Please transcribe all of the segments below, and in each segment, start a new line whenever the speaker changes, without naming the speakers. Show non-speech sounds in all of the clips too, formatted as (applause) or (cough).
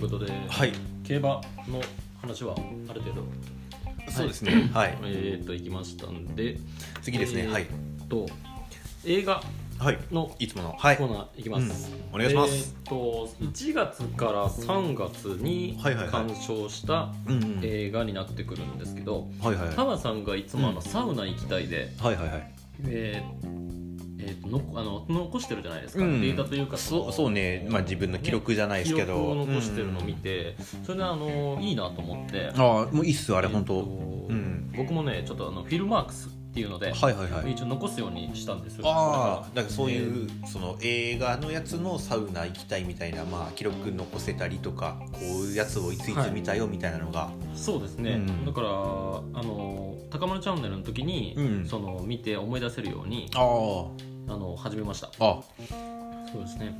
ことで、
はい
競馬の話はある程度、
そうですねはい
えーっといきましたんで
次ですね
えー
はい
と映画
はい
の
いつものはい
コーナーいきます、
うんお願いします
えーっと1月から3月に
はいはいはい
鑑賞した
うんうん
映画になってくるんですけど
はいはいはい
タワさんがいつもあのサウナ行きたいで、
はいはいはい
えーえーっとのあの残してるじゃないですか、
うん
データというかの
そうそうねまあ自分の記録じゃないですけど
記録を残してるのを見て、それであのいいなと思って
ああもういいっすよあれ
え
本
っと
当うん
僕もねちょっとあのフィルマークスっていうので、
はいはいはい
一応残すようにしたんですよ
ああだからそういうその映画のやつのサウナ行きたいみたいなまあ記録残せたりとかこういうやつをいついつ見たよみたいなのが
そうですね、
うん
だからあの高丸チャンネルの時に、
うん
その見て思い出せるように
ああ
あの始めました
あ
そうですね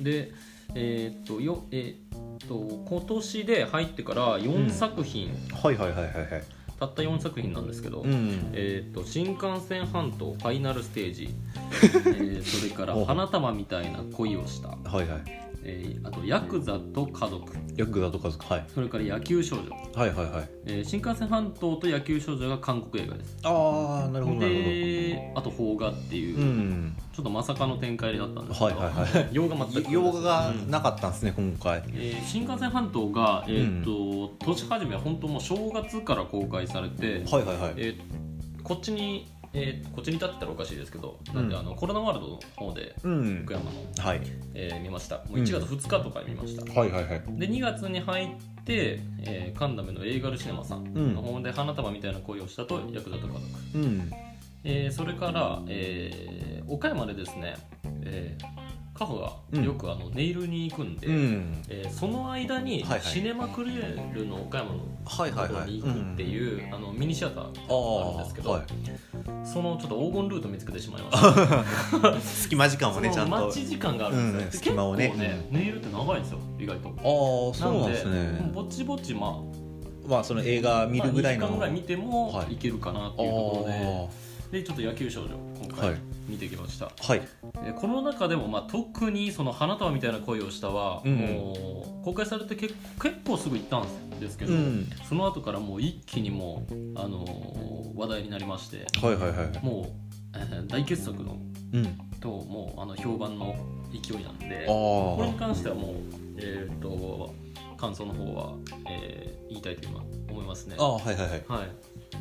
でえーっとよえーっと今年で入ってから4作品、
はいはいはいはいはい
たった4作品なんですけど、
うん
えー、と新幹線半島ファイナルステー
(laughs)
ジ、えーそれから
お
「花束みたいな恋をした
はいはい」
えーあと「ヤクザと家族
ヤクザとかとかはい」
それから「野球少女
はいはいはい」
えー新幹線半島と「野球少女」が韓国映画です
ああなるほどなる
であと「邦画」ってい
ほ
う、
どうん
ちょっとまさかの展開だったんですけど、
はいはいは
(laughs)
い
洋画全く
洋画が
うん
なかったんですね今回
えー新幹線半島が、えーと年始め本当もう正月から公開されて、
はいはいはい
えーこっちに、えーこっちに立ってたらおかしいですけど、
ん
なんであのコロナワールドの方で
うん
福山の、
はい
えー見ましたもう
うん
1月2日とかに見ました、
はいはいはい
で2月に入って、えーカンダムのエーガルシネマさん
うん
の方で花束みたいな恋をしたとヤクザと家族、
うん
えーそれから、えー岡山でですね、えー、カホがよくあのネイルに行くんで、
うん
えーその間に
はいはい
シネマクレールの岡山の
はいはい
とこ
は
ろ
い
に行くって
うん
いう、あのミニシアター
あ
があるんですけ
ー
ど、
はい
そのちょっと黄金ルート見つけてしまいました
隙間時間
そ
もねちゃ
の
んとああ
待ち時間があるんですよ、
うん
で
隙間をね
結構ねネイルって長いんですよ意外と
ーそうなんですね
ぼちぼちまあ
まあその映画見るぐらいの
まあ、2時間ぐらい見ても
はい
いけるかなって
あ
いうところで、
ー
でちょっと野球少女今
は
回
い
見てきました、
はい
でこの中でも、まあ、特にその花束みたいな恋をしたは、
うん
もう公開されて結結構すぐ行ったんですけど、
うん
その後からもう一気にもう、あのー話題になりまして
はいはいはい
もう、えー大傑作の
うん
ともうあの評判の勢いなんで
あ
これに
ー
関してはもう、えー、と感想の方は、えー言いたいと今思いますね。
あーはいはいはい
はい、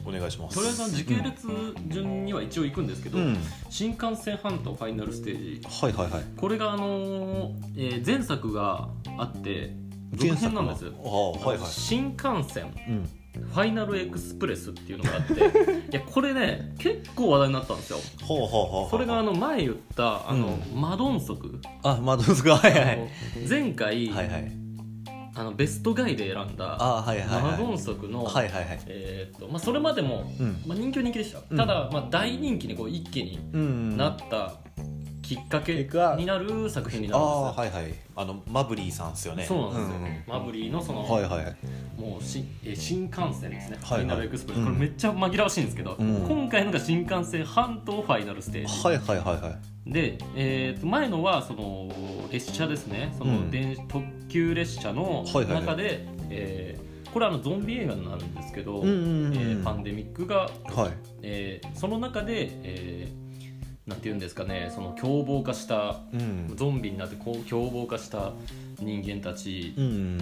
お願いします
とりあえずあの時系列順には一応行くんですけど、
うんうん
新幹線半島ファイナルステージ
はいはいはい
これが、あのーえー前作があって続編なんです
原作のあーはいはい
新幹線
うん
ファイナルエクスプレスっていうのがあ
(laughs)
っていやこれね結構話題になったんですよ
ほうほうほうほう
それがあの前言ったあの、マドンソク
あマドンスがはいは
あ
い
の前回、
はいはい
あのベストガイで選んだ
あーはいはいはい
マドンソクの、
はいはいはい
えーっとまあ、それまでも、
うん
まあ、人気は人気でした、
うん
ただ、まあ、大人気にこう一気に
うん
なったきっかけになる作品にな
あ
るんです
あ
よ
はいはいあのマブリーさんですよね
そうなんですよ、マブリーのその、
うんはいはいはい
もうしえー新幹線ですね、
はい
ファ
はい
イナルエクスプレス、
うん
これめっちゃ紛らわしいんですけど、
うん
今回のが新幹線半島ファイナルステージ、
はいはいはいはい
で、えーと前のはその列車ですねそ
うん
の電、特急列車の
はいはいはい
中で、えーこれはあのゾンビ映画になるんですけど、
うんうんうん
えーパンデミックが、
はい
えーその中で、えーなんていうんですかねその凶暴化した
うん
ゾンビになってこう凶暴化した人間たち
うん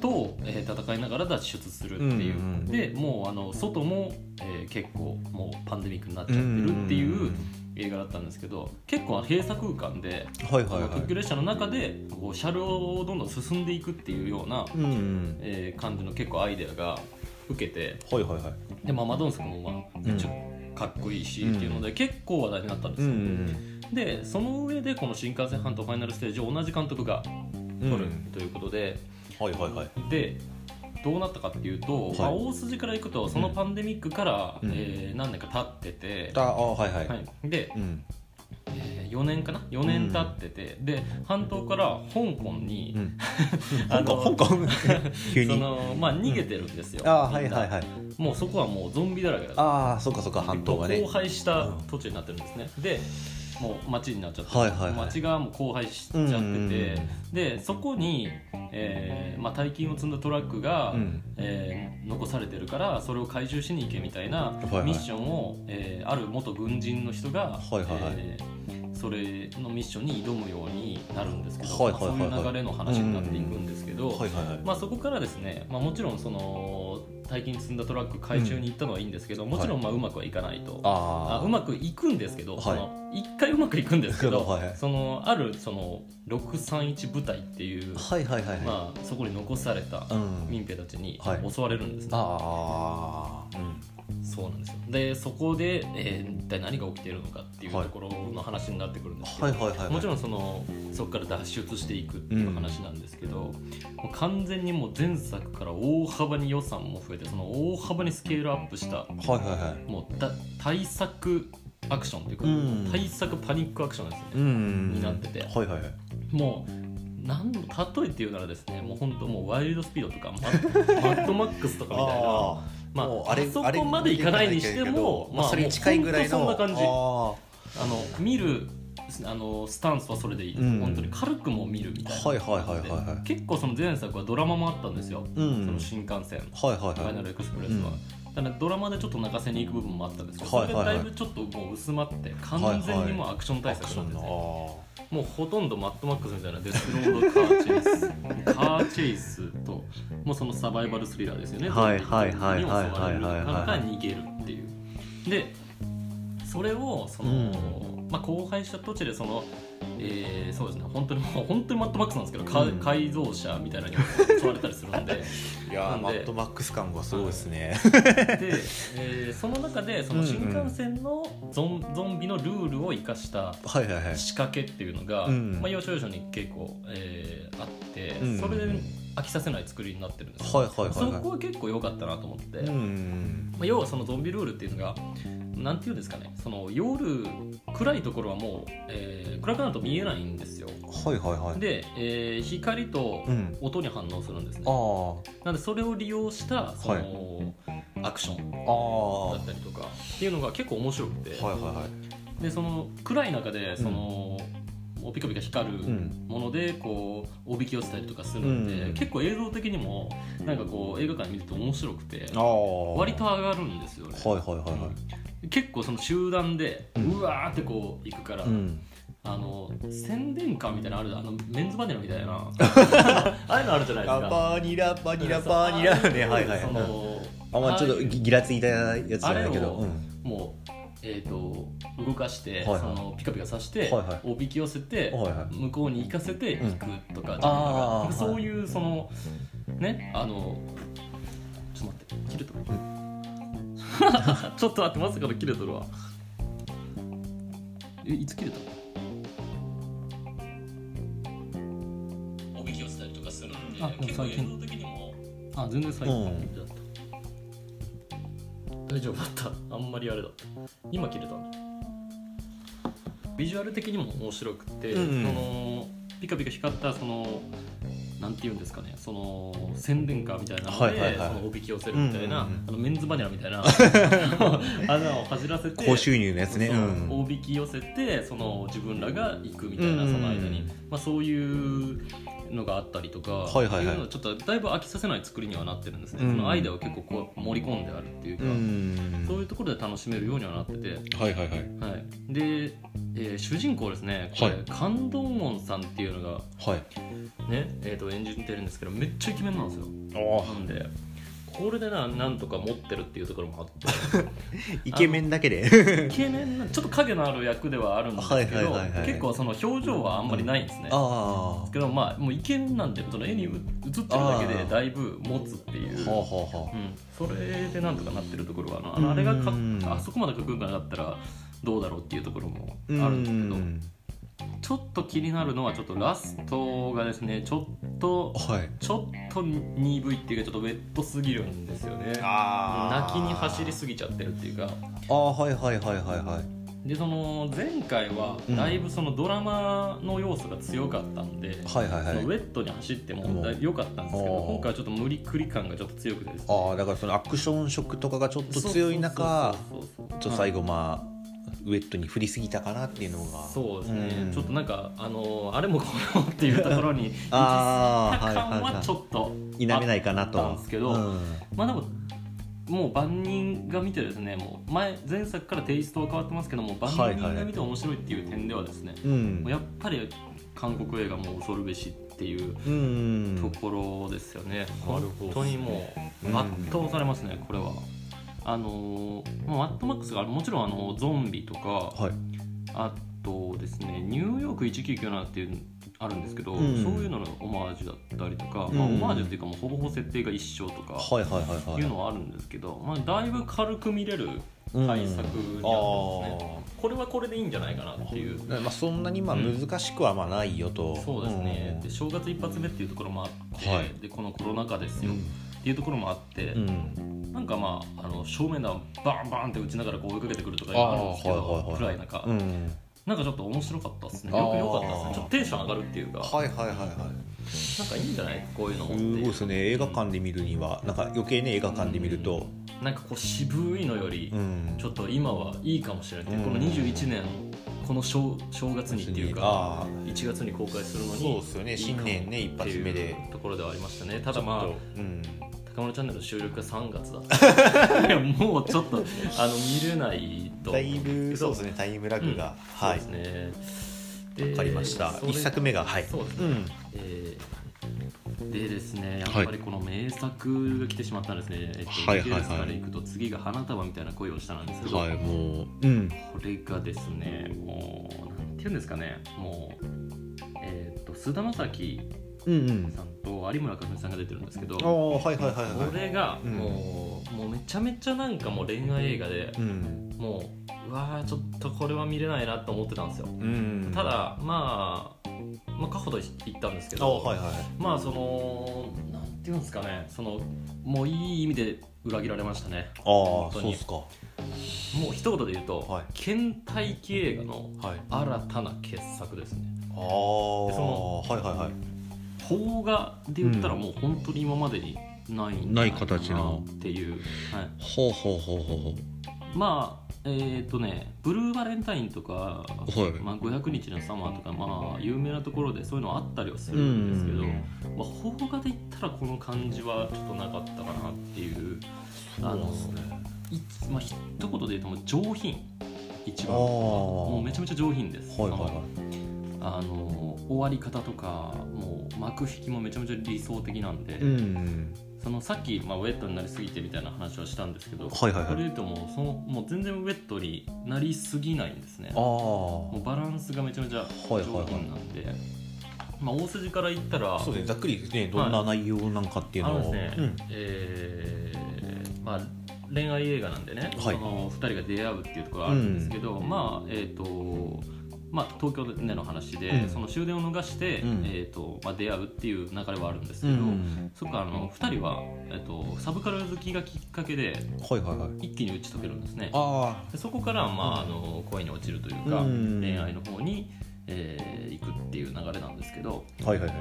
と、えー戦いながら脱出するっていう、
うんうん
でもうあの外も、えー結構もうパンデミックになっちゃってるっていう映画だったんですけど結構閉鎖空間で、
はいはいは
特
い
急列車の中でこう車両をどんどん進んでいくっていうような、
うんうん
えー感じの結構アイデアが受けて
はいはいはい
で、まあ、マドンソクも、まあ、めっちゃかっこいいしっていうので、結構話題になったんです
うん
よ、
うん
でその上でこの新幹線半島ファイナルステージを同じ監督が
うん
撮るということで、
はいはいはい
でどうなったかっていうと、
い
まあ、大筋からいくとそのパンデミックから、
うん
えー何年か経ってて、
ああはいはい
はいで、
うん
え4年かな4年経ってて、で半島から香港に、
うん
(laughs) あ
香
の
港
(laughs)
香港急
そ
に
のまあ、逃げてるんですよ、
ああはいはい
みんな
はい
もうそこはもうゾンビだらけだから
ああそっかそっか半島がね
荒廃した
うん
土地になってるんですね、でもう町になっちゃって、
はいはいはい
町がもう荒廃しちゃってて、でそこに、えーまあ、大金を積んだトラックが、
うん
えー残されてるからそれを回収しに行けみたいな
はいはい
ミッションを、えーある元軍人の人が、
はいはいはい
えーそれのミッションに挑むようになるんですけど、
はいはいはいはい
まあそういう流れの話になっていくんですけど、
はいはいはい
まあ、そこからですね、まあ、もちろんその大金積んだトラック回収に行ったのはいいんですけど、もちろんまあうまくはいかないと。あ
あ
うまくいくんですけど、その一回うまくいくんですけど、
はい
そのあるその631部隊っていう、
はいはいはいはい、
まあ、そこに残された
うん
民兵たちに
はい
襲われるんですね、
ああうん
そうなんですよでそこで、えー一体何が起きているのかっていうと
はい
ころの話になってくるんですけど、
はいはいはいはい
もちろんそのそこから脱出していくっていう話なんですけど、もう完全にもう前作から大幅に予算も増えてその大幅にスケールアップした
はいはいはい
もうだ対策アクションというか、
うん
対策パニックアクションですよね、
うん
になってて
はいはいはい
もう何度例えて言うならですねもう本当もうワイルドスピードとかマッマッドマックスとかみたいな
(laughs) あー
まあ
もう
あそこまでいかないにしても
まあ、それに近いぐらいの
まあもうほんとそんな感じ
あ
あの見るあのスタンスはそれでいいです、
うん
本当に軽くもう見るみたいな
はいはいはいはいはい
感じで結構その前作はドラマもあったんですよ、
ーうん
その新幹線
はいはい
ファ
は
イ
い
ナルエクスプレスは、ただドラマでちょっと泣かせに行く部分もあったんですけど、
はいはいはい
それがだいぶちょっともう薄まって完全にもうアクション対策なんですね、もうほとんどマットマックスみたいなデスロードカーチェイスカーチェイスともうそのサバイバルスリラーですよね
はいはいはいはいはいはいはい
ゾンビに襲われるから逃げるっていうでそれをその、まあ、荒廃した土地でそのえーそうですね本当にもう (laughs) 本当にマットマックスなんですけど、か
うん
改造車みたいなのに襲われたりするん
(laughs)
で
いや
なん
ー
で
マッドマックス感がすごいですね、
で、えーその中でその新幹線のゾン,、ゾンビのルールを生かした
はい、はいはいはい
仕掛けっていうのが、
うん
まあ、要所要所に結構、えーあって、
うん
それで飽きさせない作りになってるんですよ、
はいはいはいはい
そこは結構良かったなと思って、ま
うん
あ、要はそのゾンビルールっていうのがなんていうんですかねその夜暗いところはもう、えー暗くなると見えないんですよ
はいはいはい
で、えー光と
うん
音に反応するんですね、
あー
なんでそれを利用したその、アクションだ
ああは
ったりとかっていうのが結構面白くて、
いはいはい
でその暗い中でその、もうピカピカ光る
うん
ものでこうおびき寄せたりとかするんで、
うん
結構映像的にもなんかこう映画館で見ると面白くて
ああ
割と上がるんですよね、
はいはいはいは
結構その集団で
うん
うわーってこう行くから、
いうん
あの宣伝館みたいなのあるじゃんあのメンズバニラみた
(laughs)
いなああいうのあるじゃないです
あ
か
バニラバニラ
そう
バニラ
ああう
ねはいはい
そ
うん
の
あまあちょっ
ああ
と
いう
ギギラついたやつじゃないけ
あれ
ど
を
うん
もう、えー、と動かして、
はいはい
そのピカピカさせて、
はいはい
おびき寄せて、
はいはい
向こうに行かせて行くとか,、
あー
そういうそのねあのちょっと待って切れとる、(laughs)
う
ちょっと待ってまさかの切れとるわえいつ切れたのおびき寄せたりとかするんで
あもう
結構
最
映
近
像的にもあ全然最近だった、大丈夫だったあんまりあれだった今切れたんだビジュアル的にも面白くて、
うんうん
そのピカピカ光ったそのなんていうんですかねその宣伝カーみたいなので、
はいはいはい
そのおびき寄せるみたいな、
うんうんうん
あのメンズバニラみたい
(laughs)
な穴を走らせて
高収入のやつね
そううん大引き寄せてその自分らが行くみたいな
うん
その間に、まあ、そういうのがあったりとか、
はいはいはい
ってうのちょっとだいぶ飽きさせない作りにはなってるんですね、
う
そ
ん
のアイデアを結構こう盛り込んであるっていうか、
うん
そういうところで楽しめるようにはなってて、
はいはいはい
はい、で、えー主人公ですねこれ、
はい
感動門さんっていうの
はい
が、ねえー、と演じてるんですけどめっちゃイケメンなんですよ
あ
なんでこれでななんとか持ってるっていうところもあって
あイケメンだけで
イケメンなちょっと影のある役ではあるんですけど、
はいはいはいはい
結構その表情はあんまりないんですね、
(laughs) ああ
けどまあもうイケメンなんでその絵にう映ってるだけで
あー
だいぶ持つっていう、
はあはあは
う
あ
ん、それでなんとかなってるところはあのあのあれがかっ
うん
あそこまでかっこよくなかったらどうだろうっていうところもあ
う
るんですけど、
ん
ちょっと気になるのはちょっとラストがですねちょっと
はい
ちょっと鈍いっていうかちょっとウェットすぎるんですよね
あ
泣きに走りすぎちゃってるっていうか
ああはいはいはいはいはい
でその前回は
うん
だいぶそのドラマの要素が強かったんで、
はいはい
そ
は
のウ
い
ェットに走って
も
も
う
だいぶ良かったんですけど
おー
今回はちょっと無理くり感がちょっと強くてですね
ああだからそのアクション色とかがちょっと強い中
そうそうそうそう
ちょっと最後まあウェットに振りすぎたかなっていうのが
そうですね、
ん
ちょっとなんかあのーあれもこれもっていうところに行き過ぎた (laughs)
あーはい
感
はい
は
はい
ちょっと
否めないかなと
あったんですけど
うん
まあでももう万人が見てですねもう前前作からテイストは変わってますけども万
はいはい
人が見て面白いっていう点ではですね、
うん
もうやっぱり韓国映画も恐るべしっていう
うん
ところですよね、
うん
本当にもう
うん
圧倒されますね、これは。あのーまあマッドマックスがもちろんあのゾンビとか
はい
あとですねニューヨーク1997っていうあるんですけど、
うん
そういうののオマージュだったりとか、
うん
まあ、オマージュっていうかもうほぼほぼ設定が一緒とか
はいはいはいはい
いうのはあるんですけど、まあ、だいぶ軽く見れる
うん
対策になってますね、
あー
これはこれでいいんじゃないかなっていう
まあ、そんなにまあ
うん
難しくはまあないよと、
そうですね、
う
で
ん
正月一発目っていうところもあって、
はい
でこのコロナ禍ですよ、っていうところもあって、
うんうん
なんかまああの正面弾バンバンって打ちながらこう追いかけてくるとかいうのがあるんですけ
あーはいはい
ど
はい
暗い中、
うん
なんかちょっと面白かったですねよ
あー
く良かったですねちょっとテンション上がるっていうか、
はいはいはいはい
なんかいいんじゃないこういうのもって
すごい
い
ですね映画館で見るにはなんか余計ね映画館で見ると、
うなんかこう渋いのより、
うん
ちょっと今はいいかもしれないっていう、
うん
この21年この正正月にっていう
あ
か1月に公開するのに
そうっすよ
い
ね
いかも
新年ね一発目で
っていうところではありましたねただまあ
うん、
高丸チャンネルの収録が3月だったい
(laughs)
やもうちょっとあの見れないと
だいぶそうですねタイムラグが、はい
そうですねで
わかりました
それ
一作目がはい
そうです
う
ね、
ん
えーでですねやっぱりこの名作が来てしまったんですね、えっと
はいは
リ
いはい
ゲルスからいくと次が花束みたいな恋をしたなんですけど、
はいもううん
これがですねもうなんていうんですかねもうえーっと菅田将暉
うんうん
さんと有村架純さんが出てるんですけど
あ
こ
あはいはいはいはい
れが
うん
もう,、もうめちゃめちゃなんかもう恋愛映画で、
うん
もううわーちょっとこれは見れないなと思ってたんですよ
うん
ただまあまあ過去と言ったんですけ
あ
ど、
はいはい
まあそのなんていうんですかねそのもういい意味で裏切られましたね
ああ
本
そ
当
うっ
に
すか
もう一言で言うと、
はい
倦怠期映画の
はい
新たな傑作ですね
あ
でそ
あ
の
はいはいはい
邦画で言ったらもう本当に今までにないんじゃ
な
ないい
形
形
の
のっていう、はい、
ほうほうほうほうほ
まあえっ、とねブルーバレンタインとか、
はい
まあ、500日のサマーとかまあ有名なところでそういうのあったりはするんですけど、まあ、邦画で言ったらこの感じはちょっとなかったかなっていう
そうなんすね
いつまあ一言で言うともう上品一
あ
番
あ
も
も
うめちゃめちゃ上品です、
はいはいはい
あの終わり方とかもう幕引きもめちゃめちゃ理想的なんで、
ん
そのさっき、まあ、ウェットになりすぎてみたいな話はしたんですけど、
はいはいはい
これ言うともうそのもう全然ウェットになりすぎないんですね
あ
も
あ
うバランスがめちゃめちゃ上品なんで、まあ、大筋から言ったら
そうですね、ざっくりですね、どんな内容なんかっていう
あ
の
の
を。
ですね、
うん
えーまあ、恋愛映画なんでね、
はい
その2人が出会うっていうところがあるんですけど、まあえっ、とまあ、東京での話で、
うん
その終電を逃して、
うん
えーとまあ、出会うっていう流れはあるんです
う
けど、
ん、
そっかあの2人は、えー、とサブカル好きがきっかけで
はいはいはい。
一気に打ち解けるんですね
あ
でそこから、まあ、あの恋に落ちるというか、
うん
恋愛の方に、えー行くっていう流れなんですけど、
あ、はいはいはい。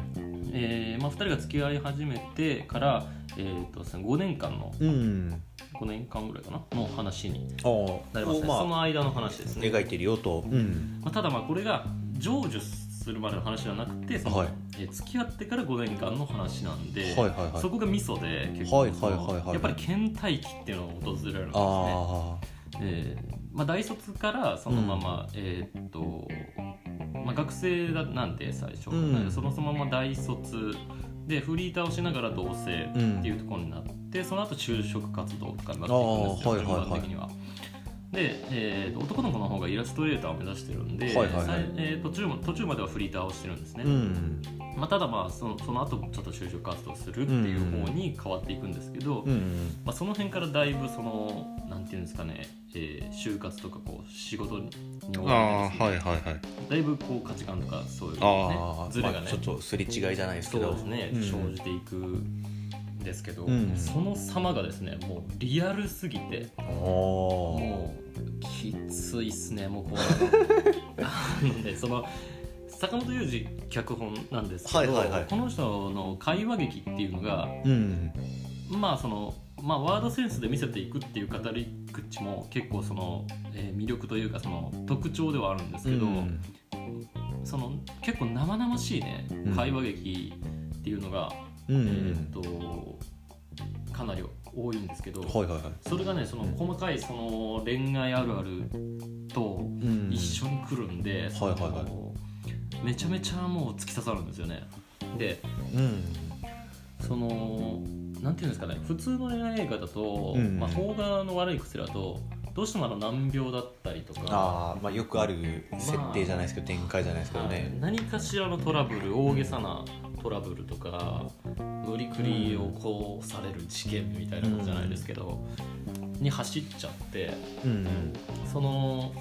えーまあ、2人が付き合い始めてから、えー、とその5年間の
うん、
5年間ぐらいかなの話に
ああ、
なりますね、
ま
そ
あ、
の間の話ですね、
描いてるよと。うん、
まあ、ただまあこれが成就するまでの話じゃなくてその、
はい
えー付き合ってから5年間の話なんで、
はいはいはい
そこがミソで結構
はいはい
その
はいはい
やっぱり倦怠期っていうのが訪れるんですね、
あ
えーまあ、大卒からそのまま、えーっとまあ、学生だなんで最初、
うん
なんでそのそのまま大卒でフリーターをしながら同棲
うん
っていうところになって、その後就職活動とかになっていくんです
あ
よ
ーはいはいはい
順番的には。で、えーと男の子の方がイラストレーターを目指してるんで、
はいはいはい
さいえー途中も途中まではフリーターをしてるんです
あ、
ね、
うん、
まあ、ただまあそのその後ちょっと就職活動するっていう方に変わっていくんですけど、
うん、
まあ、その辺からだいぶそのなんていうんですかね、えー就活とかこう仕事に追われてですね
いはいはい。
だいぶこう価値観とかそういう
あ
ね
あ、
ズレが
ま
ね
あちょっとすれ違いじゃないです
そ
け
う
ど。
ですね、
うん
生じていくんですけど、
うん
その様がですねもうリアルすぎて
ああ、
もうきついっすねもうこうあの (laughs) ねその坂本龍二脚本なんですけど、
はいはいはい
この人の会話劇っていうのが
うん、
まあそのまあワードセンスで見せていくっていう語りクッチも結構その、えー魅力というかその特徴ではあるんですけど、
うん
その結構生々しいね
うん
会話劇っていうのが、
うんうん
えーっとかなり多いんですけど、
はいはいはい
それがねその細かいその恋愛あるあると
うん
一緒に来るんで、その
はいはいは
めちゃめちゃもう突き刺さるんですよねで
うん
そのなんていうんですかね普通の恋愛映画だと、
うん
まあ、邦画の悪い癖だとどうしてもあの難病だったりとか、
ああまあよくある設定じゃないですけど展開じゃないですけど
はい
ね
何かしらのトラブル大げさなトラブルとか無理くりをこうされる事件みたいなことじゃないですけど、に走っちゃって
うん
その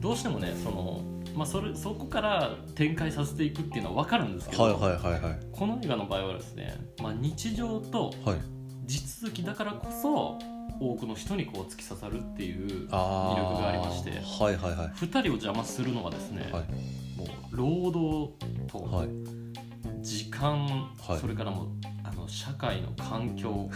どうしてもねその、まあ、それそこから展開させていくっていうのは分かるんですけど、
はいはいはいはい
この映画の場合はですね、まあ、日常と
はい
地続きだからこそ多くの人にこう突き刺さるっていう
あー
魅力がありまして
はいはいは
2人を邪魔するのがですね、
いはい
もう労働
は
と
い
時間、
はい
それからもうあの社会の環
(laughs)
境とか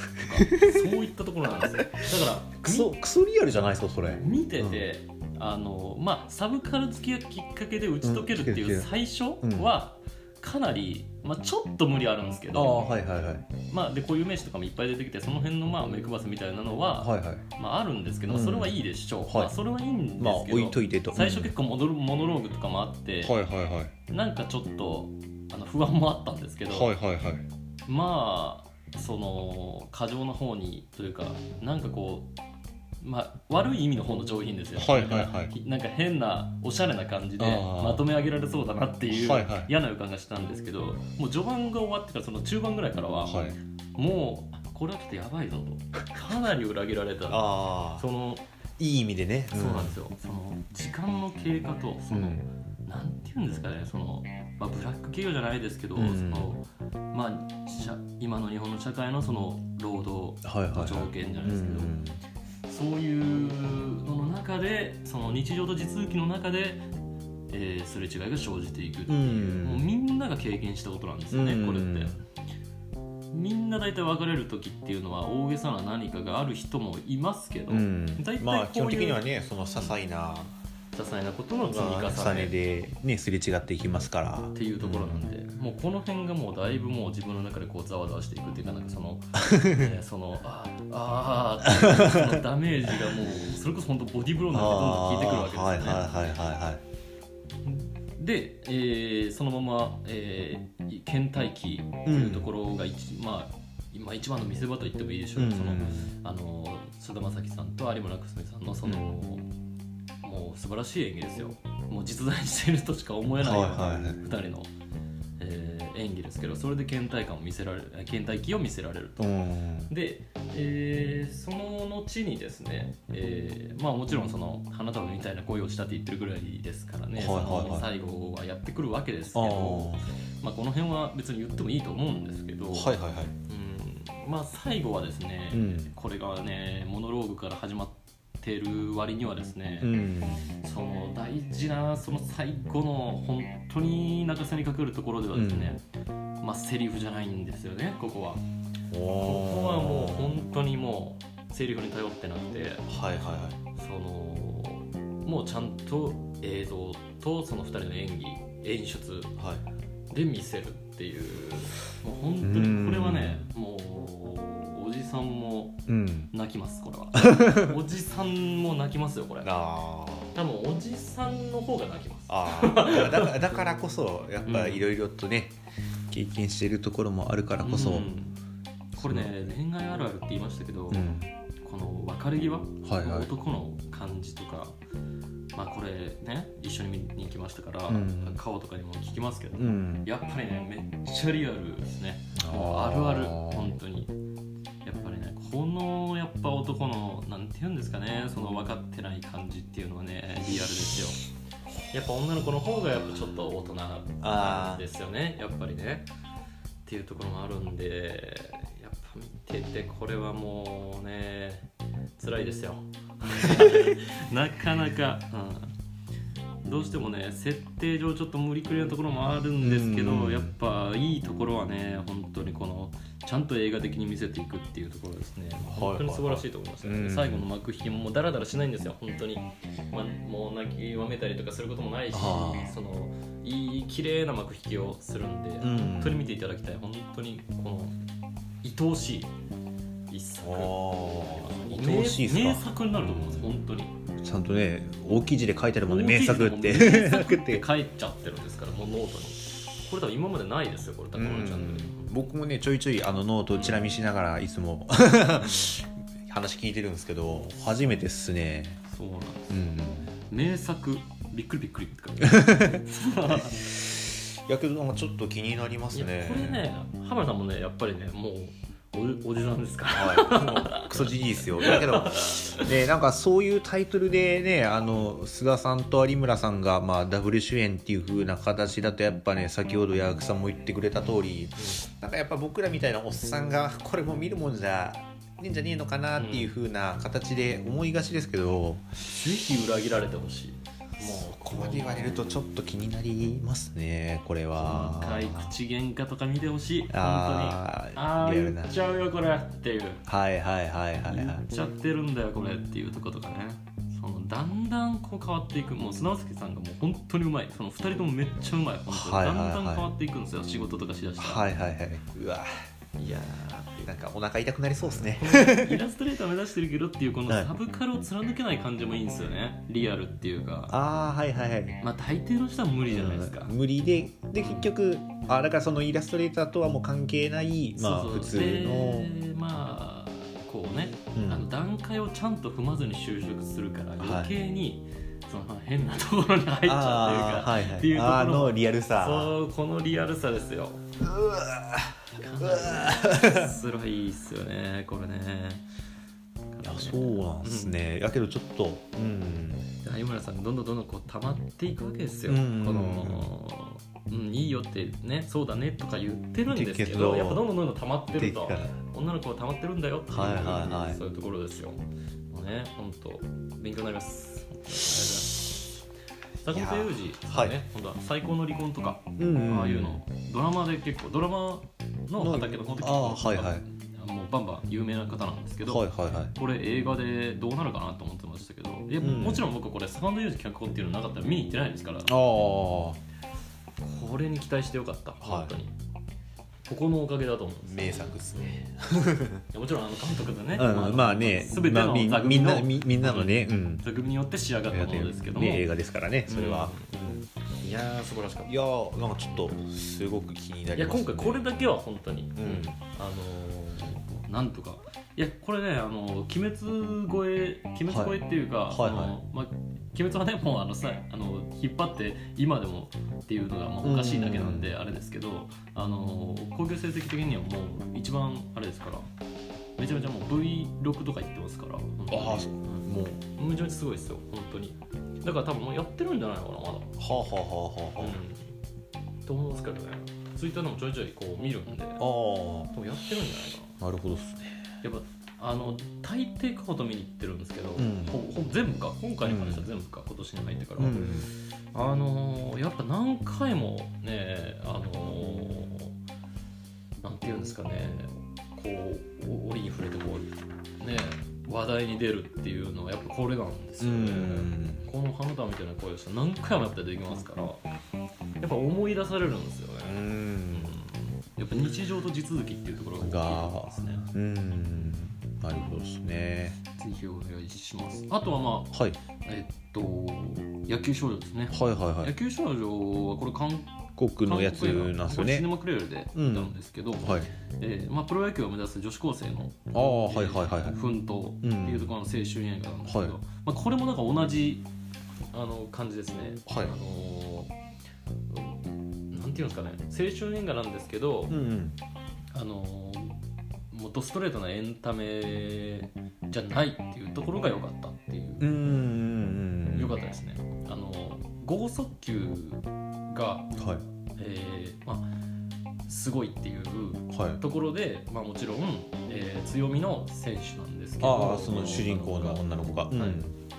そういったところなんですよだから
クソクソリアルじゃないですかそれ
み見てて、あのまあ、サブカル好きがきっかけで打ち解けるっていううん最初はかなり、まあ、ちょっと無理あるんですけ
あ
ど
あはいはいはい
まあ、でこういう名詞とかもいっぱい出てきてその辺のまあ目配せみたいなのは、
はいはい
まあ、あるんですけど、
うん
それはいいでしょう、
はい
まあ、それはいいんですけど、
まあ置いといてと
最初結構モノロモノローグとかもあって、
はいはいはい
なんかちょっとあの不安もあったんですけど、
はいはいはい
まあその過剰な方にというかなんかこう、まあ、悪い意味の方の上品ですよ、
はいはいはい
ひなんか変なおしゃれな感じで
あー
まとめ上げられそうだなっていう
はいはい
嫌な予感がしたんですけどもう序盤が終わってからその中盤ぐらいからは、
はい
もうあこれはちょっとやばいぞとかなり裏切られた
ああ
その
いい意味でね
そうなんですよ、その時間の経過とそ
うん
の、なんていうんですかねその、まあ、ブラック企業じゃないですけど、
うん
そのまあ、社今の日本の社会のその労働
はいはいはい
条件じゃ
う
ない
んう
ですけど、
ん
そういうのの中でその日常と地続きの中で、えーすれ違いが生じていくっていうう、
ん
もうみんなが経験したことなんですよね、
うん
これって。みんな大体別れる時っていうのは大げさな何かがある人もいますけど、
うん
大体
ま
こう
あ
いう
基本的にはねその些細な
些細なことの積み重
重
ね
ねでねすれ違っていきますから
っていうところなんで、もうこの辺がもうだいぶもう自分の中でこうざわざわしていくっていうかなんかそ
(laughs)
の、えーそのあーあーっていうそのダメージがもうそれこそ本当ボディーブローなんてどんどん効いてくるわけですよね。
あーはいはいはいはいはい
で、えーそのまま、えー倦怠期というところが一、まあ今一番の見せ場と言ってもいいでしょう、そのあの菅田将暉さんと有村架純さんのその、もう素晴らしい演技ですよもう実在しているとしか思えないよう
はい
な
はいはい
2人の、えー演技ですけどそれで倦怠感を見せられる倦怠期を見せられると。
うん
で、えーその後にですね、えーまあもちろんその花束みたいな恋をしたって言ってるぐらいですからね、
はいはいはい
その最後はやってくるわけですけ
ああ
どまあ、この辺は別に言ってもいいと思うんですけど、
はいはいはい
うんまあ最後はですね、
うん
これがねモノローグから始まってる割にはですね、
うん
その大事なその最後の本当に泣かせにかけるところではですね、まあセリフじゃないんですよねここはこ
お
こはもう
ー
本当にもうセリフに頼ってなくて
はいはいはい
そのもうちゃんと映像とその2人の演技演出
はい
で見せるっていうもう本当にこれはねもうおじさんも
うん
泣きますこれ
(laughs)
はおじさんも泣きますよこれ
あー
多分おじさんの方が泣きます
あーだからだからこそやっぱいろいろとね経験しているところもあるからこそ
うんこれね恋愛あるあるって言いましたけど、
うん
この別れ際
はい
の
はい
男の感じとか、まあこれね一緒に見に行きましたから、
うん
顔とかにも聞きますけど、
うん
やっぱりねめっちゃリアルですね
あー
もうあるある本当にやっぱりねこのやっぱ男のなんて言うんですかねその分かってない感じっていうのはねリアルですよやっぱ女の子の方がやっぱちょっと大人なんですよねやっぱりねっていうところもあるんでやっぱ見ててこれはもう
(laughs)
ね辛いですよなかなか、うんどうしてもね設定上ちょっと無理くりなところもあるんですけど、
うん
やっぱいいところはね本当にこのちゃんと映画的に見せていくっていうところですね本当に素晴らしいと思いますね、
うん
最後の幕引きももうダラダラしないんですよ本当に、まあ、もう泣きわめたりとかすることもないし
あ
そのいい綺麗な幕引きをするんで、
うん
本当に見ていただきたい本当にこの愛おしい一作
愛おしいっす
名名
か
作になると思うんです本当に
ちゃんとね大記事で書いてあるもんね
大
名
記事
作っ
で
て
も
名
名
作っ
って
て
書いちゃってるんですからもうノートにこれ多分今までないですよこれ高村ちゃんで
僕もねちょいちょいあのノートをチラ見しながらいつも (laughs) 話聞いてるんですけど初めてっすね
そうなんです
うん
名作びっくりびっくりって感じ
やけどなんかちょっと気になります
いや
ね
これね浜田さんもねやっぱりねもうおおじさんですから
はい、もうクソじじいですよだけ (laughs) ど、ね、なんかそういうタイトルでねあの菅さんと有村さんが、まあ、ダブル主演っていう風な形だとやっぱね先ほど矢作さんも言ってくれた通りなんかやっぱ僕らみたいなおっさんがこれも見るもんじゃねえんじゃねえのかなっていう風な形で思いがちですけど、
ぜひ裏切られてほしい
もうここまで言われるとちょっと気になりますねこれは
細。かい口喧嘩とか見てほしい本当にあ
あー
あ
リアル
ー
な
言っちゃうよこれっていう
はいはいはいはいはい
言っちゃってるんだよこれっていうとことかねそのだんだんこう変わっていくもう砂月さんがもう本当にうまいその2人ともめっちゃうまい本当
は
に
い
だ
はい
ん
はい
だん変わっていくんですよ仕事とかしだしたら、
はいはいはいうわ
い、や
なんかお腹痛くなりそうですね
ーイラストレーター目指してるけどっていうこの
はい
サブカルを貫けない感じもいいんですよねリアルっていうか
ああはいはいはい
まあ大抵の人は無理じゃないですか、
うん無理でで結局あだからそのイラストレーターとはもう関係ないまあ
そうそう
普通の
でまあこうね、
うん
あの段階をちゃんと踏まずに就職するから
はい
余計に、その変なところに入っちゃうというか
あーはいはい
っていうところ
あのリアルさ
そうこのリアルさですよ
うわ
かなり辛いっすよねこれね
いやそうなんですね、やけどちょっとうん
有村さんどんどんどんどんこう溜まっていくわけですよ、
うんうんうん
この、うん、いいよってねそうだねとか言ってるんですけど
けど
やっぱどんどんどんどん溜まってると
でっから
女の子は溜まってるんだよっていう、
はいはいはい
そういうところですよもうね本当勉強になります本当にありがとうございます坂本
いや
龍二ですね、
はい
今度は最高の離婚とか、
うんん
ああいうのドラマで結構ドラマの畑の本当結
ああ
構
はいはい
もうバンバン有名な方なんですけど、
はいはいはい
これ映画でどうなるかなと思ってましたけどいや、
うん
もちろん僕これサカンドユーズ脚本っていうのなかったら見に行ってないですから
ああ
これに期待してよかった本当に、ここのおかげだと思うんです
名作ですね
いやもちろんあの監督でね、
うんまあね
全ての
み
座組
みん
の
なみみんなのねうん
座組によって仕上がったものですけども、
ね映画ですからねそれは、
いやー素晴らしかっ
いやーなんかちょっとすごく気にな
たい
り
や
ますね
今回これだけは本当に、
うん
あのーなんとかいやこれね、あのー鬼滅超え鬼滅超えっていうか、
はい
あ
はい
のまあ、鬼滅はねもうあのさあの引っ張って今でもっていうのがまあおかしいだけなんであれですけど、あのー興行成績的にはもう一番あれですからめちゃめちゃもう V6 とか言ってますから本当に
ああそう
うん
もう
めちゃめちゃすごいですよ本当にだから多分もうやってるんじゃないのかなまだ
はあはあはあはあ、
うん、と思いますけどねツイッターでもちょいちょいこう見るんででも
あ
やってるんじゃないか
あなるほどっすね
なやっぱあの大抵過去と見に行ってるんですけど、
ん
ほぼほぼ全部か今回に関しては全部か、今年に入ってから、あのーやっぱ何回もねあのーなんていうんですかねこうお折に触れてこうね話題に出るっていうのはやっぱこれなんですよね、この花束みたいな声をしたら何回もやっぱ出てきますからやっぱ思い出されるんですよ
う
ね、うん
ん
やっぱ日常と地続きっていうところが大きいですね
うんなるほどっすね
ぜひお願いしますあとはま
はい
あえっと野球少女ですね、
はいはいは
野
い
球少女はこれ韓
国のやつなんです
こ
よ
れシネ
ね
マクレールで見たんですけど、
はい
えーまあ、プロ野球を目指す女子高生の
ああはいはいはいはい
奮闘っていうところの青春映画なんですけど、
うんはい
まあ、これもなんか同じあの感じですね、
はい
あのーなんていうんですかね青春映画なんですけど、
うんうん
あのーもっとストレートなエンタメじゃないっていうところが良かったっていう
うんうんうん
良かったですねあのー剛速球が、
たはい
えーまあ、すごいっていう
はい
ところで、まあ、もちろん、えー強みの選手なんですけど
ああその主人公の女の子が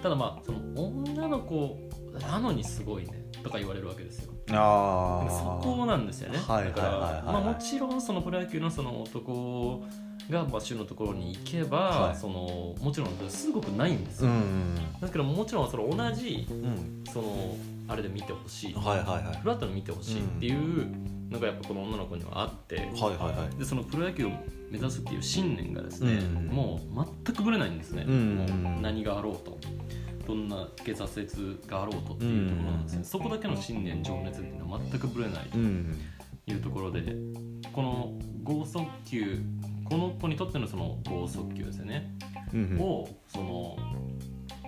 ただまあその女の子なのにすごいねとか言われるわけですよ
ああ
そこなんですよねだか
はいはい
ら
はいはい
まあもちろんそのプロ野球のその男がまあ主のところに行けば、
はい
そのもちろんすごくないんです
う
よ、
ん
だけどもちろんその同じ
うんうん
そのあれで見てほしい
はいはいはい
フラットに見てほしいっていうのがやっぱこの女の子にはあって、
はいはいはい
でそのプロ野球を目指すっていう信念がですね、
うん
もう全くぶれないんですね、
うん
もう何があろうとどんな下挫折があろうとっていうところなんですね、
うん
そこだけの信念情熱っていうのは全くぶれないと
うん
いうところでこの剛速球この子にとってのその剛速球ですよね、
うん
をその,、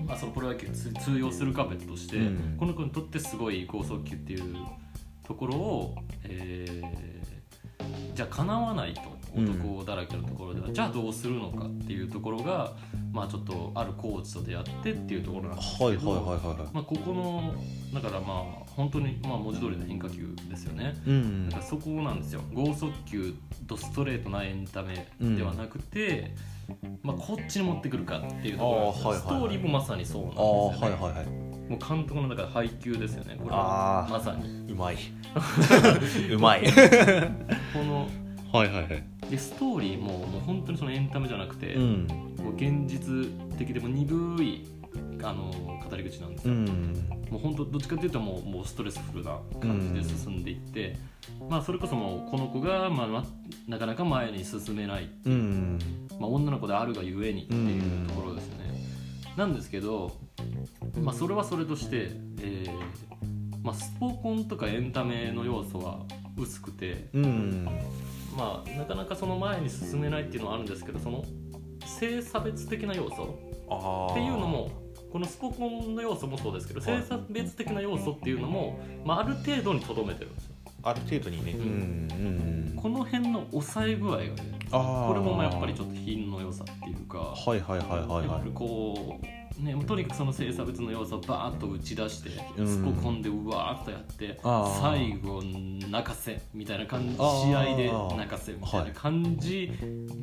まあ、そのプロ野球に通通用する壁として、
うん
この子にとってすごい剛速球っていうところを、えーじゃあかなわないと
うん
男だらけのところでは、じゃあどうするのかっていうところが、まあ、ちょっとあるコーチと出会ってっていうところなんですけど、
はいはいはいはいは
まあ、ここのだからまあ本当にまあ文字通りの変化球ですよね。
いうん
だからそこなんですよ剛速球とストレートなエンタメではなくて、まあ、こっちに持ってくるかっていうところなんですよ
あーはいはいはい
ストーリーもまさにそうなんです
ああ
よ、ね
はいはいはい
もう監督のだから配球ですよねこれ
あ
は
ー
まさに
うまいうまい
この
はいはいはい
でストーリーももう本当にそのエンタメじゃなくて、
うん
こう現実的でも鈍いあの語り口なんですよ、
うん
もう本当どっちかっていうともうもうストレスフルな感じで進んでいって、まあ、それこそもうこの子が、まあな、なかなか前に進めない
うん
まあ、女の子であるがゆえにっていうところですよね、なんですけど、まあ、それはそれとして、えーまあ、スポコンとかエンタメの要素は薄くて、
うん
まあ、なかなかその前に進めないっていうのはあるんですけどその性差別的な要素
ああ
っていうのもこのスポコンの要素もそうですけど性差別的な要素っていうのも、まあ、ある程度にとどめてるんですよ
ある程度にね
うん
うん
この辺の抑え具合がね
ああ
これもまあやっぱりち
ょ
ょっと品の良さっていうか
はいはいはいはい
や
は
っぱりこう、ね、とにかくその性差別の要素をバーッと打ち出して、
うん
スポコンでうわーっとやって
あー
最後泣かせみたいな感じ試
あー
合で泣かせみたいな感じ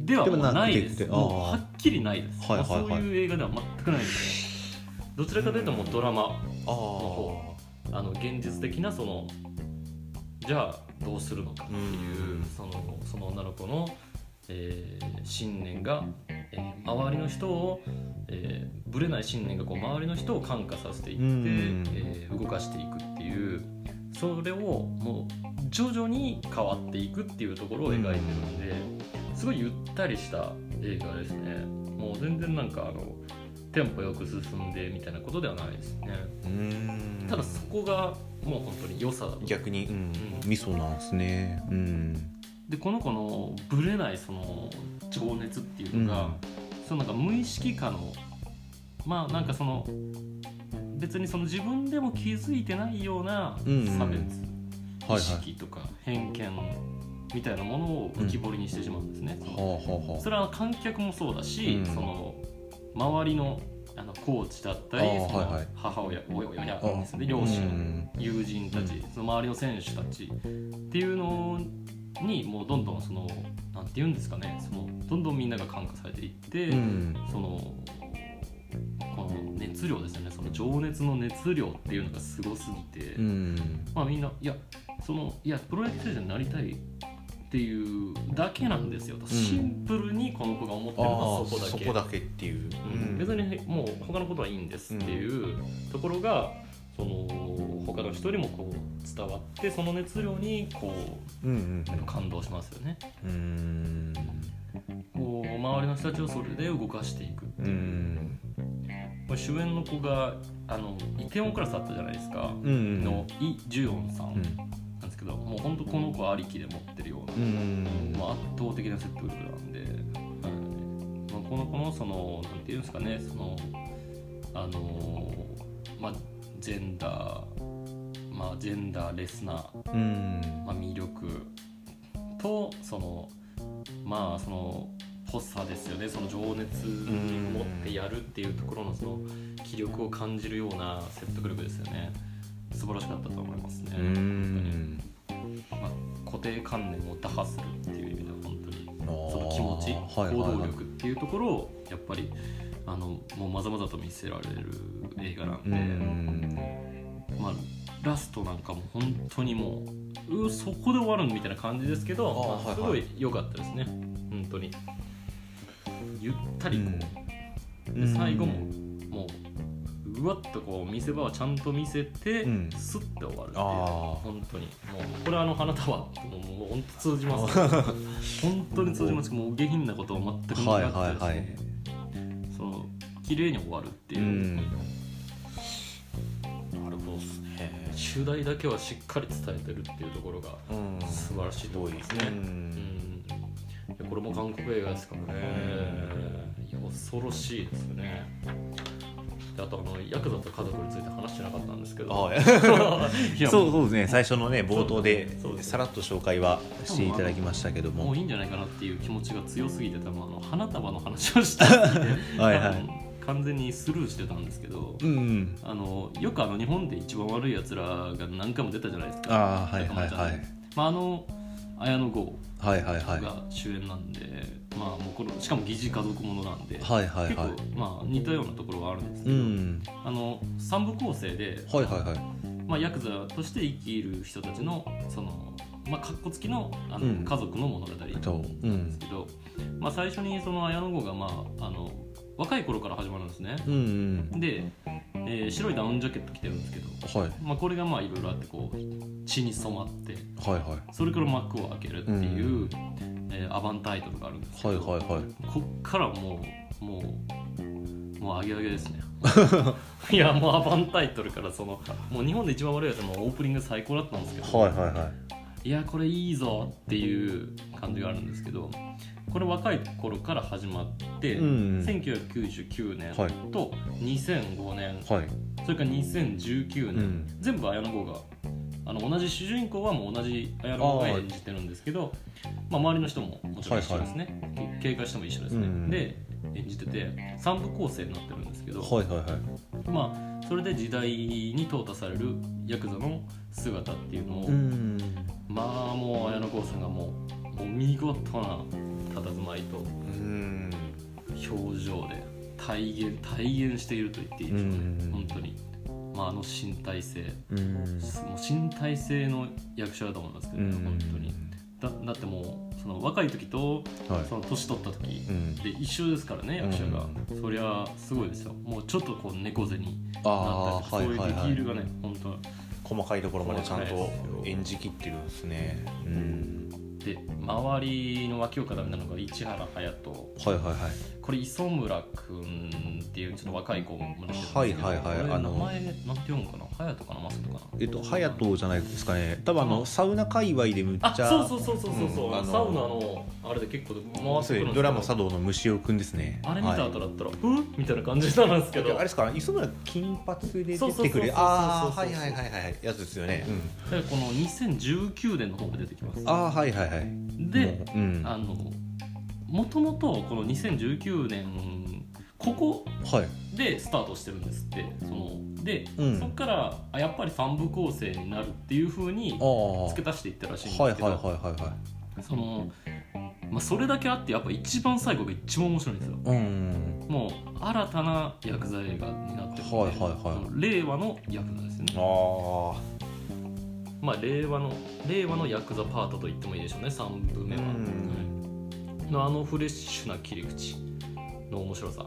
ではもうないです
でもなくて
もう
あー
はっきりないです、
はいはいはい
もうそういう映画では全くないですねどちらかというともうドラマ
いあ
あの現実的なそのじゃあどうするのかっていう、
うん
そのその女の子の、えー信念が、えー周りの人を、えーぶれない信念がこう周りの人を感化させていって、
うん
えー動かしていくっていうそれをもう徐々に変わっていくっていうところを描いてるんで、すごいゆったりした映画ですねもう全然なんかあのテンポよく進んでみたいなことではないですね。
あうん
ただそこがもう本当に良さだと
逆にうん味噌なんですねうん
でこの子のぶれないその情熱っていうのが、そのなんか無意識化のまあなんかその別にその自分でも気づいてないような
うんうん
差別、
はいはい
意識とか偏見みたいなものを浮き彫りにしてしまうんですね、
はあは
それは観客もそうだし、
うん
その周りのあのコーチだったり
あー
その
はいはい
母親親
あはあ
ですね両親、
うん
友人たち、その周りの選手たちっていうのにもうどんどんそのなんて言うんですかねそのどんどんみんなが感化されていって、
うん
そのこの熱量ですよねその情熱の熱量っていうのがすごすぎて、
うん
まあみんないやそのいやプロ野球選手になりたいっていうだけなんですよ、シンプルにこの子が思ってるの
あ
は
あ
そこだ
そ
け
こだけっていう
うん別にもう他のことはいいんですっていうところが、その他の人にもこう伝わってその熱量にこ
うん
う感動しますよね
うんうん
こう周りの人たちをそれで動かしていく
うんうん
これ主演の子があのイテウォンクラスあったじゃないですか、
うん
のイ・ジュヨンさん
う
なん
ん
ですけど、もう本当この子ありきで持ってるような
う、ん
まあ、圧倒的な説得力なんで、はいまあ、この子のそのなんていうんですかねそのあのまあジェンダーまあジェンダーレスな、
うん
まあ、魅力とそのまあそのポッサですよねその情熱に持ってやるっていうところのその気力を感じるような説得力ですよね素晴らしかったと思いますね、
うん
まあ、固定観念を打破するっていう意味では本当に
そ
その気持ち、
はいはい
行動
はい
力っていうところをやっぱりあのもうまざまざと見せられる映画なんで、
うん
まあ、ラストなんかも本当にもううーそこで終わるみたいな感じですけど
あー
まあすご
はい
い良かったですね本当にゆったりこ
う
う、
ん
で最後ももううわっとこう見せ場はちゃんと見せて、
うん
スッて終わるっていう
あー
本当にもうこれはあの花束もうもう本当通じます
(laughs)
本当に通じますもう下品なことを全く
はい
な
は
か
い
った
は
です
い
ねその綺麗に終わるっていう、
うん
なるほどですね主題だけはしっかり伝えてるっていうところが
うん
素晴らしいと思います
う
ね、うん
ん
いやこれも韓国映画ですからねいや恐ろしいですよねであとあのヤクザと家族について話してなかったんですけど
(laughs) あー
(laughs) いや
そうそうですね最初のね冒頭で
そうそう
さらっと紹介はしていただきましたけど
も
も
ういいんじゃないかなっていう気持ちが強すぎて多分あの花束の話をしたすぎて
(laughs) はいは
多
い
分完全にスルーしてたんですけど
うんうん
あのよくあの日本で一番悪いやつらが何回も出たじゃないですか
ああはいはいはい
まあ、あの綾野剛
はいはいはい
が主演なんで、まあ、もうこのしかも疑似家族ものなんで、
はいはい
結構、
はい
まあ、似たようなところはあるんですけ
う
ど、
ん
あの3部構成で、
はいはいはい
まあ、ヤクザとして生きる人たちのその、まあ、かっこつきのあの、
うん
家族の物語なん
え
で
っとうん
すけど、まあ、最初にその綾野剛が、まあ、あの若い頃から始まるんですね
うんうん
で、えー白いダウンジャケット着てるんですけど、
はいはい
まあ、これがまあいろいろあってこう血に染まって
は
それから幕を開けるっていう、
う
えーアバンタイトルがあるんです
い
け
はい
ど、
はいはい
こっからもうもうもうアゲアゲ
(laughs)
ですねいやもうアバンタイトルからそのもう日本で一番悪いやつもオープニング最高だったんですけど、
はいはいはい
い、やこれいいぞっていう感じがあるんですけどこれ若い頃から始まって、
うんうん
1999年
はい
と2005年、
はい
それから2019年、
うん
全部綾野剛があの同じ主人公はもう同じ綾野剛が演じてるんですけどまあ、周りの人ももちろん一緒ですね、警戒しても一緒ですね、
うん
で演じてて3部構成になってるんですけど、
はいはいはい
まあ、それで時代に淘汰されるヤクザの姿っていうのを、
うん
まあもう綾野剛さんがもうもう見事な佇まいと
うん
表情で体現体現していると言っていいでしょうね、
うん
本当に、まあ、あの身体性
うん
もう身体性の役者だと思いますけど、ね本当にだだってもうその若い時と
はい
その年取った時
うん
で一緒ですからね
うん
役者が、そりゃすごいですよもうちょっとこう猫背にな
あ
った
あは
り
い
とか
はい
そういうディティール
は
が
い
ね、本当
細かいところまでちゃん
細
と
かいですよ
演じきってるんですねうん
で周りの脇を固めたのが市原隼人
はいはいはい
これ磯村君っていうちょっと若い子も出てるんですけど
はいはいはい
これ
あ
名
の
前なんて読むかな隼人かなマサトかな
えっと隼人じゃないですかね多分あのサウナ界隈でむっちゃ
あそうそうそうそうそうそう、
うんあの
サウナのあれで結構回してくるんですけど
ドラマ茶道の虫尾くんですね
あれ見た
はい
後だったら、うんみたいな感じなんですけ
いやあ
ど
れですか磯村金髪で出
そうそうそう
て
そう
く
そう
るああはいはいはいはいやつですよね、
だからこの2019年の方が出てきます
ああはいはいはい
で、
もううん、
あ
は
のもともとこの2019年ここ
い
でスタートしてるんですってそので、
うん
そこからあやっぱり3部構成になるっていうふうに
ああ
付け足していったらしいんですけど、
はいはいはいはいは
そのまあ、それだけあってやっぱ一番最後が一番面白いんですよ
いうん
もう新たなヤクザ映画になってるんで、
はいはいはい
あの令和のヤクザですね
ああ
まあ、令和の令和のヤクザパートと言ってもいいでしょうね3部目は、
うん
はいのあのフレッシュな切り口の面白さ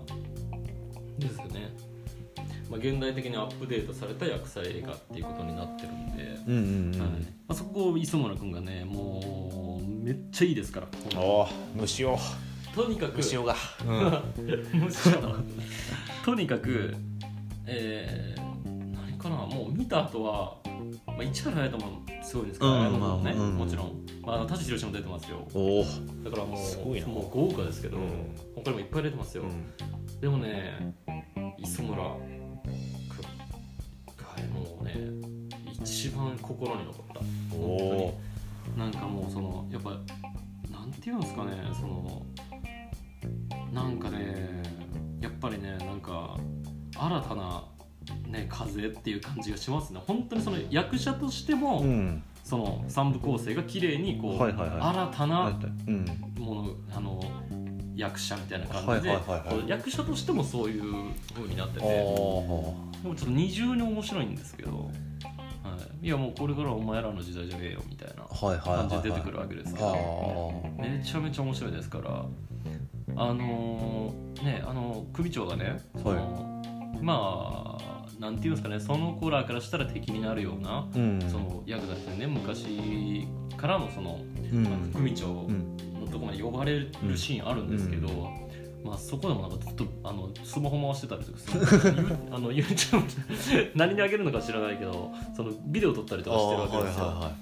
ですよね、まあ、現代的にアップデートされたヤクザ映画っていうことになってるんで、
うんうんうん、
はいまあ、そこを磯村君がねもうめっちゃいいですから
おお虫尾
とにかく
虫尾が、うん、
むしろ (laughs) とにかくえー何かなもう見た後は、まあ、市原隼人もすごいですから、
うん
あの子もね、
まあうん
もちろん、まああの、舘ひろしも出てますよ
おお
だからも
す
う
ごいな
もう豪華ですけど、
うん
他にもいっぱい出てますよ、でもね磯村君がもうね一番心に残った
お
本
お
当になんかもうそのやっぱなんていうんですかねそのなんかねやっぱりねなんか新たなね風っていう感じがしますね本当にその役者としても、
うん
その三部構成が綺麗にこう、
はいはいはい
新たな
うん
ものあの役者みたいな感じで、
はいはいはいはい
こう役者としてもそういう風になってて
あ
でもちょっと二重に面白いんですけど
あ
いやもうこれからはお前らの時代じゃねえよみたいな
はいはいはい
感
は
じ
い
で出てくるわけですから、
あ
めちゃめちゃ面白いですからあのーねあの首長がねその、まあなんていうんですかねその子らからしたら敵になるような
あうん
そのヤクザですね昔からのその、
うん
まあ組長
う
の
ん
とこまで呼ばれるシーンあるんですけど、まあ、そこでもなんかずっとあのスマホ回してたりとかそのゆあの (laughs) YouTube で何にあげるのか知らないけどそのビデオ撮ったりとかしてるわけですよ、
あーはいはいはい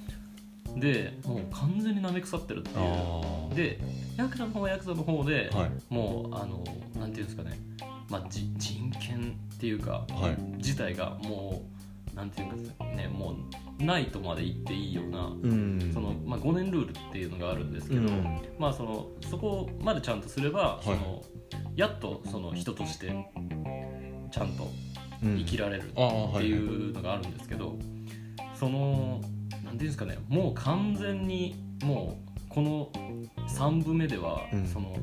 でもう完全になめ腐ってるっていう
あー
でヤクザの方はヤクザの方で、
はい
もうあのなんていうんですかね、まあ、じ人権っていうか、
はい
自体がもうなんていうんですかねもうないとまで言っていいような、
うん
そのまあ、5年ルールっていうのがあるんですけ
う
ど、
ん
まあ、そのそこまでちゃんとすれば、
い
そのやっとその人としてちゃんと
うん
生きられるっ
あ
て
あはいはい
いうのがあるんですけど、そのなんていうんですかねもう完全にもうこの3部目では、
うん
その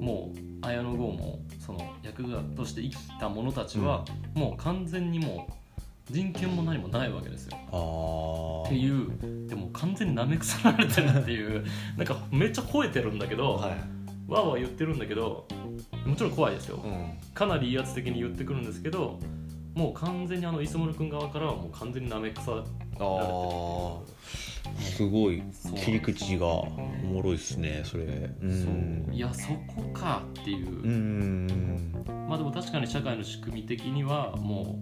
もう綾野剛もその役者として生きた者たちは、もう完全にもう人権も何もないわけですよ。
あー
っていうでも完全になめくさられてるっていうなんかめっちゃ吠えてるんだけど、
はい
わーわー言ってるんだけどもちろん怖いですよ、
うん
かなり威圧的に言ってくるんですけどもう完全にあの磯丸君側からはもう完全になめくさ
あーすごい
そう
切り口がおもろいですねそれうん
そういやそこかっていうう、
ん
まあでも確かに社会の仕組み的にはも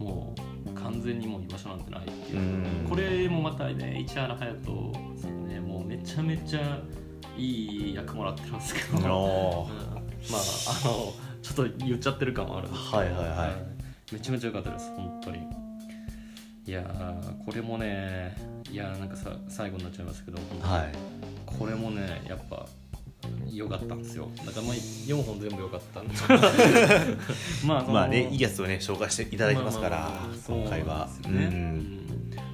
うもう完全にもう居場所なんてないっていうう、
ん
これもまたね市原隼人さんねもうめちゃめちゃいい役もらってますけどう
あー
んまああのちょっと言っちゃってる感もあるんですけど
はいはいはい
めちゃめちゃ良かったです本当にいやーこれもねいやーなんかさ最後になっちゃいますけど、
はい
これもねやっぱ良かったんですよだからまあ4本全部良かったんで (laughs) まあその
まあねいいやつをね紹介していただいてますから
まあまあまあそう
今回
な
は
んです
う
よねう
ん
ん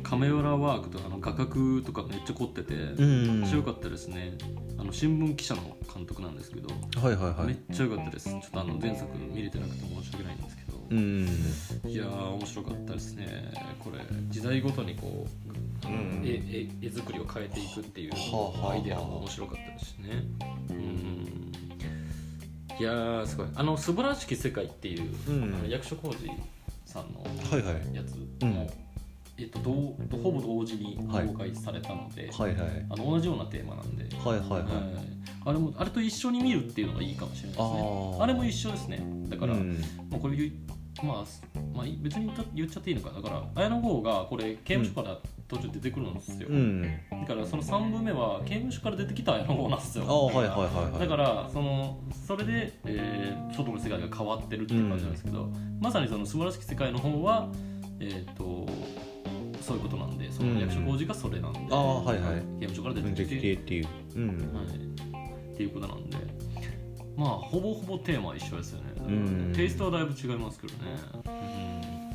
カメオラワークとかあの画角とかめっちゃ凝ってて、
う
めっ
ん
ちゃ良かったですねあの新聞記者の監督なんですけど
はいはいは
めっ
い
ちゃ良かったですちょっとあの前作見れてなくて申し訳ないんですけど、
うん
いやー面白かったですねこれ時代ごとにこう、
うん
絵絵絵作りを変えていくっていう
はあはあはあ
アイデアも面白かったですしねうんいやーすごいあの「素晴らしき世界」っていう、
うん
あの役所広司さんの
はいはい
やつも、
うん
えっと、どうほぼ同時に
はい
公開されたので、
はいはい
あの同じようなテーマなんで、
はいは
は
いはい
いあれもあれと一緒に見るっていうのがいいかもしれないですね
あー
あれも一緒ですねだから、
うん
まあ、これ言い、まあすまあ、別に言った言っちゃっていいのかだから綾野剛がこれ刑務所から途中出てくるんですよ、
うん
だからその3分目は刑務所から出てきた綾野剛なんですよ
ああはいはいはいはい
だからそのそれで、えー外の世界が変わってるっていう感じなんですけど、まさにその素晴らしき世界の方はえっ、とそういうことなんでその役所広司がそれなんで、
ああはいはい
刑務所から出
分
てき
析
て
系っていううん
はい、っていうことなんでまあほぼほぼテーマは一緒ですよね、
うん
テイストはだいぶ違いますけどね、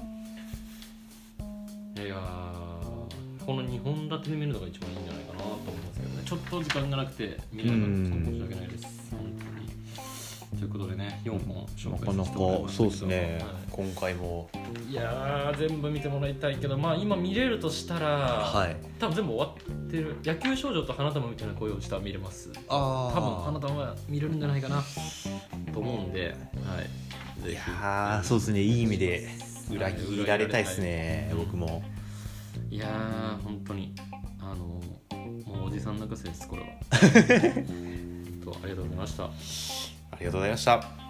いやーこの2本立てで見るのが一番いいんじゃないかなと思いますけどねちょっと時間がなくて見れなかったです
うん
申し訳ないです本当にということでね4本
な
紹
か
介
な
さ
か
せてもらいました
そう
けど
ですね
はい
今回も
いやー全部見てもらいたいけどまあ今見れるとしたら、
はい
多分全部終わってる野球少女と花束みたいな恋をしたら見れます
あ
多分花束は見れるんじゃないかなと思うんで、はい、
い
ぜ
やーそうですねいい意味で裏切られたいですね
はい
僕も
ひいやー本当にあのもうおじさ
(laughs)
ん泣かせですこれはとありがとうございました
ありがとうございました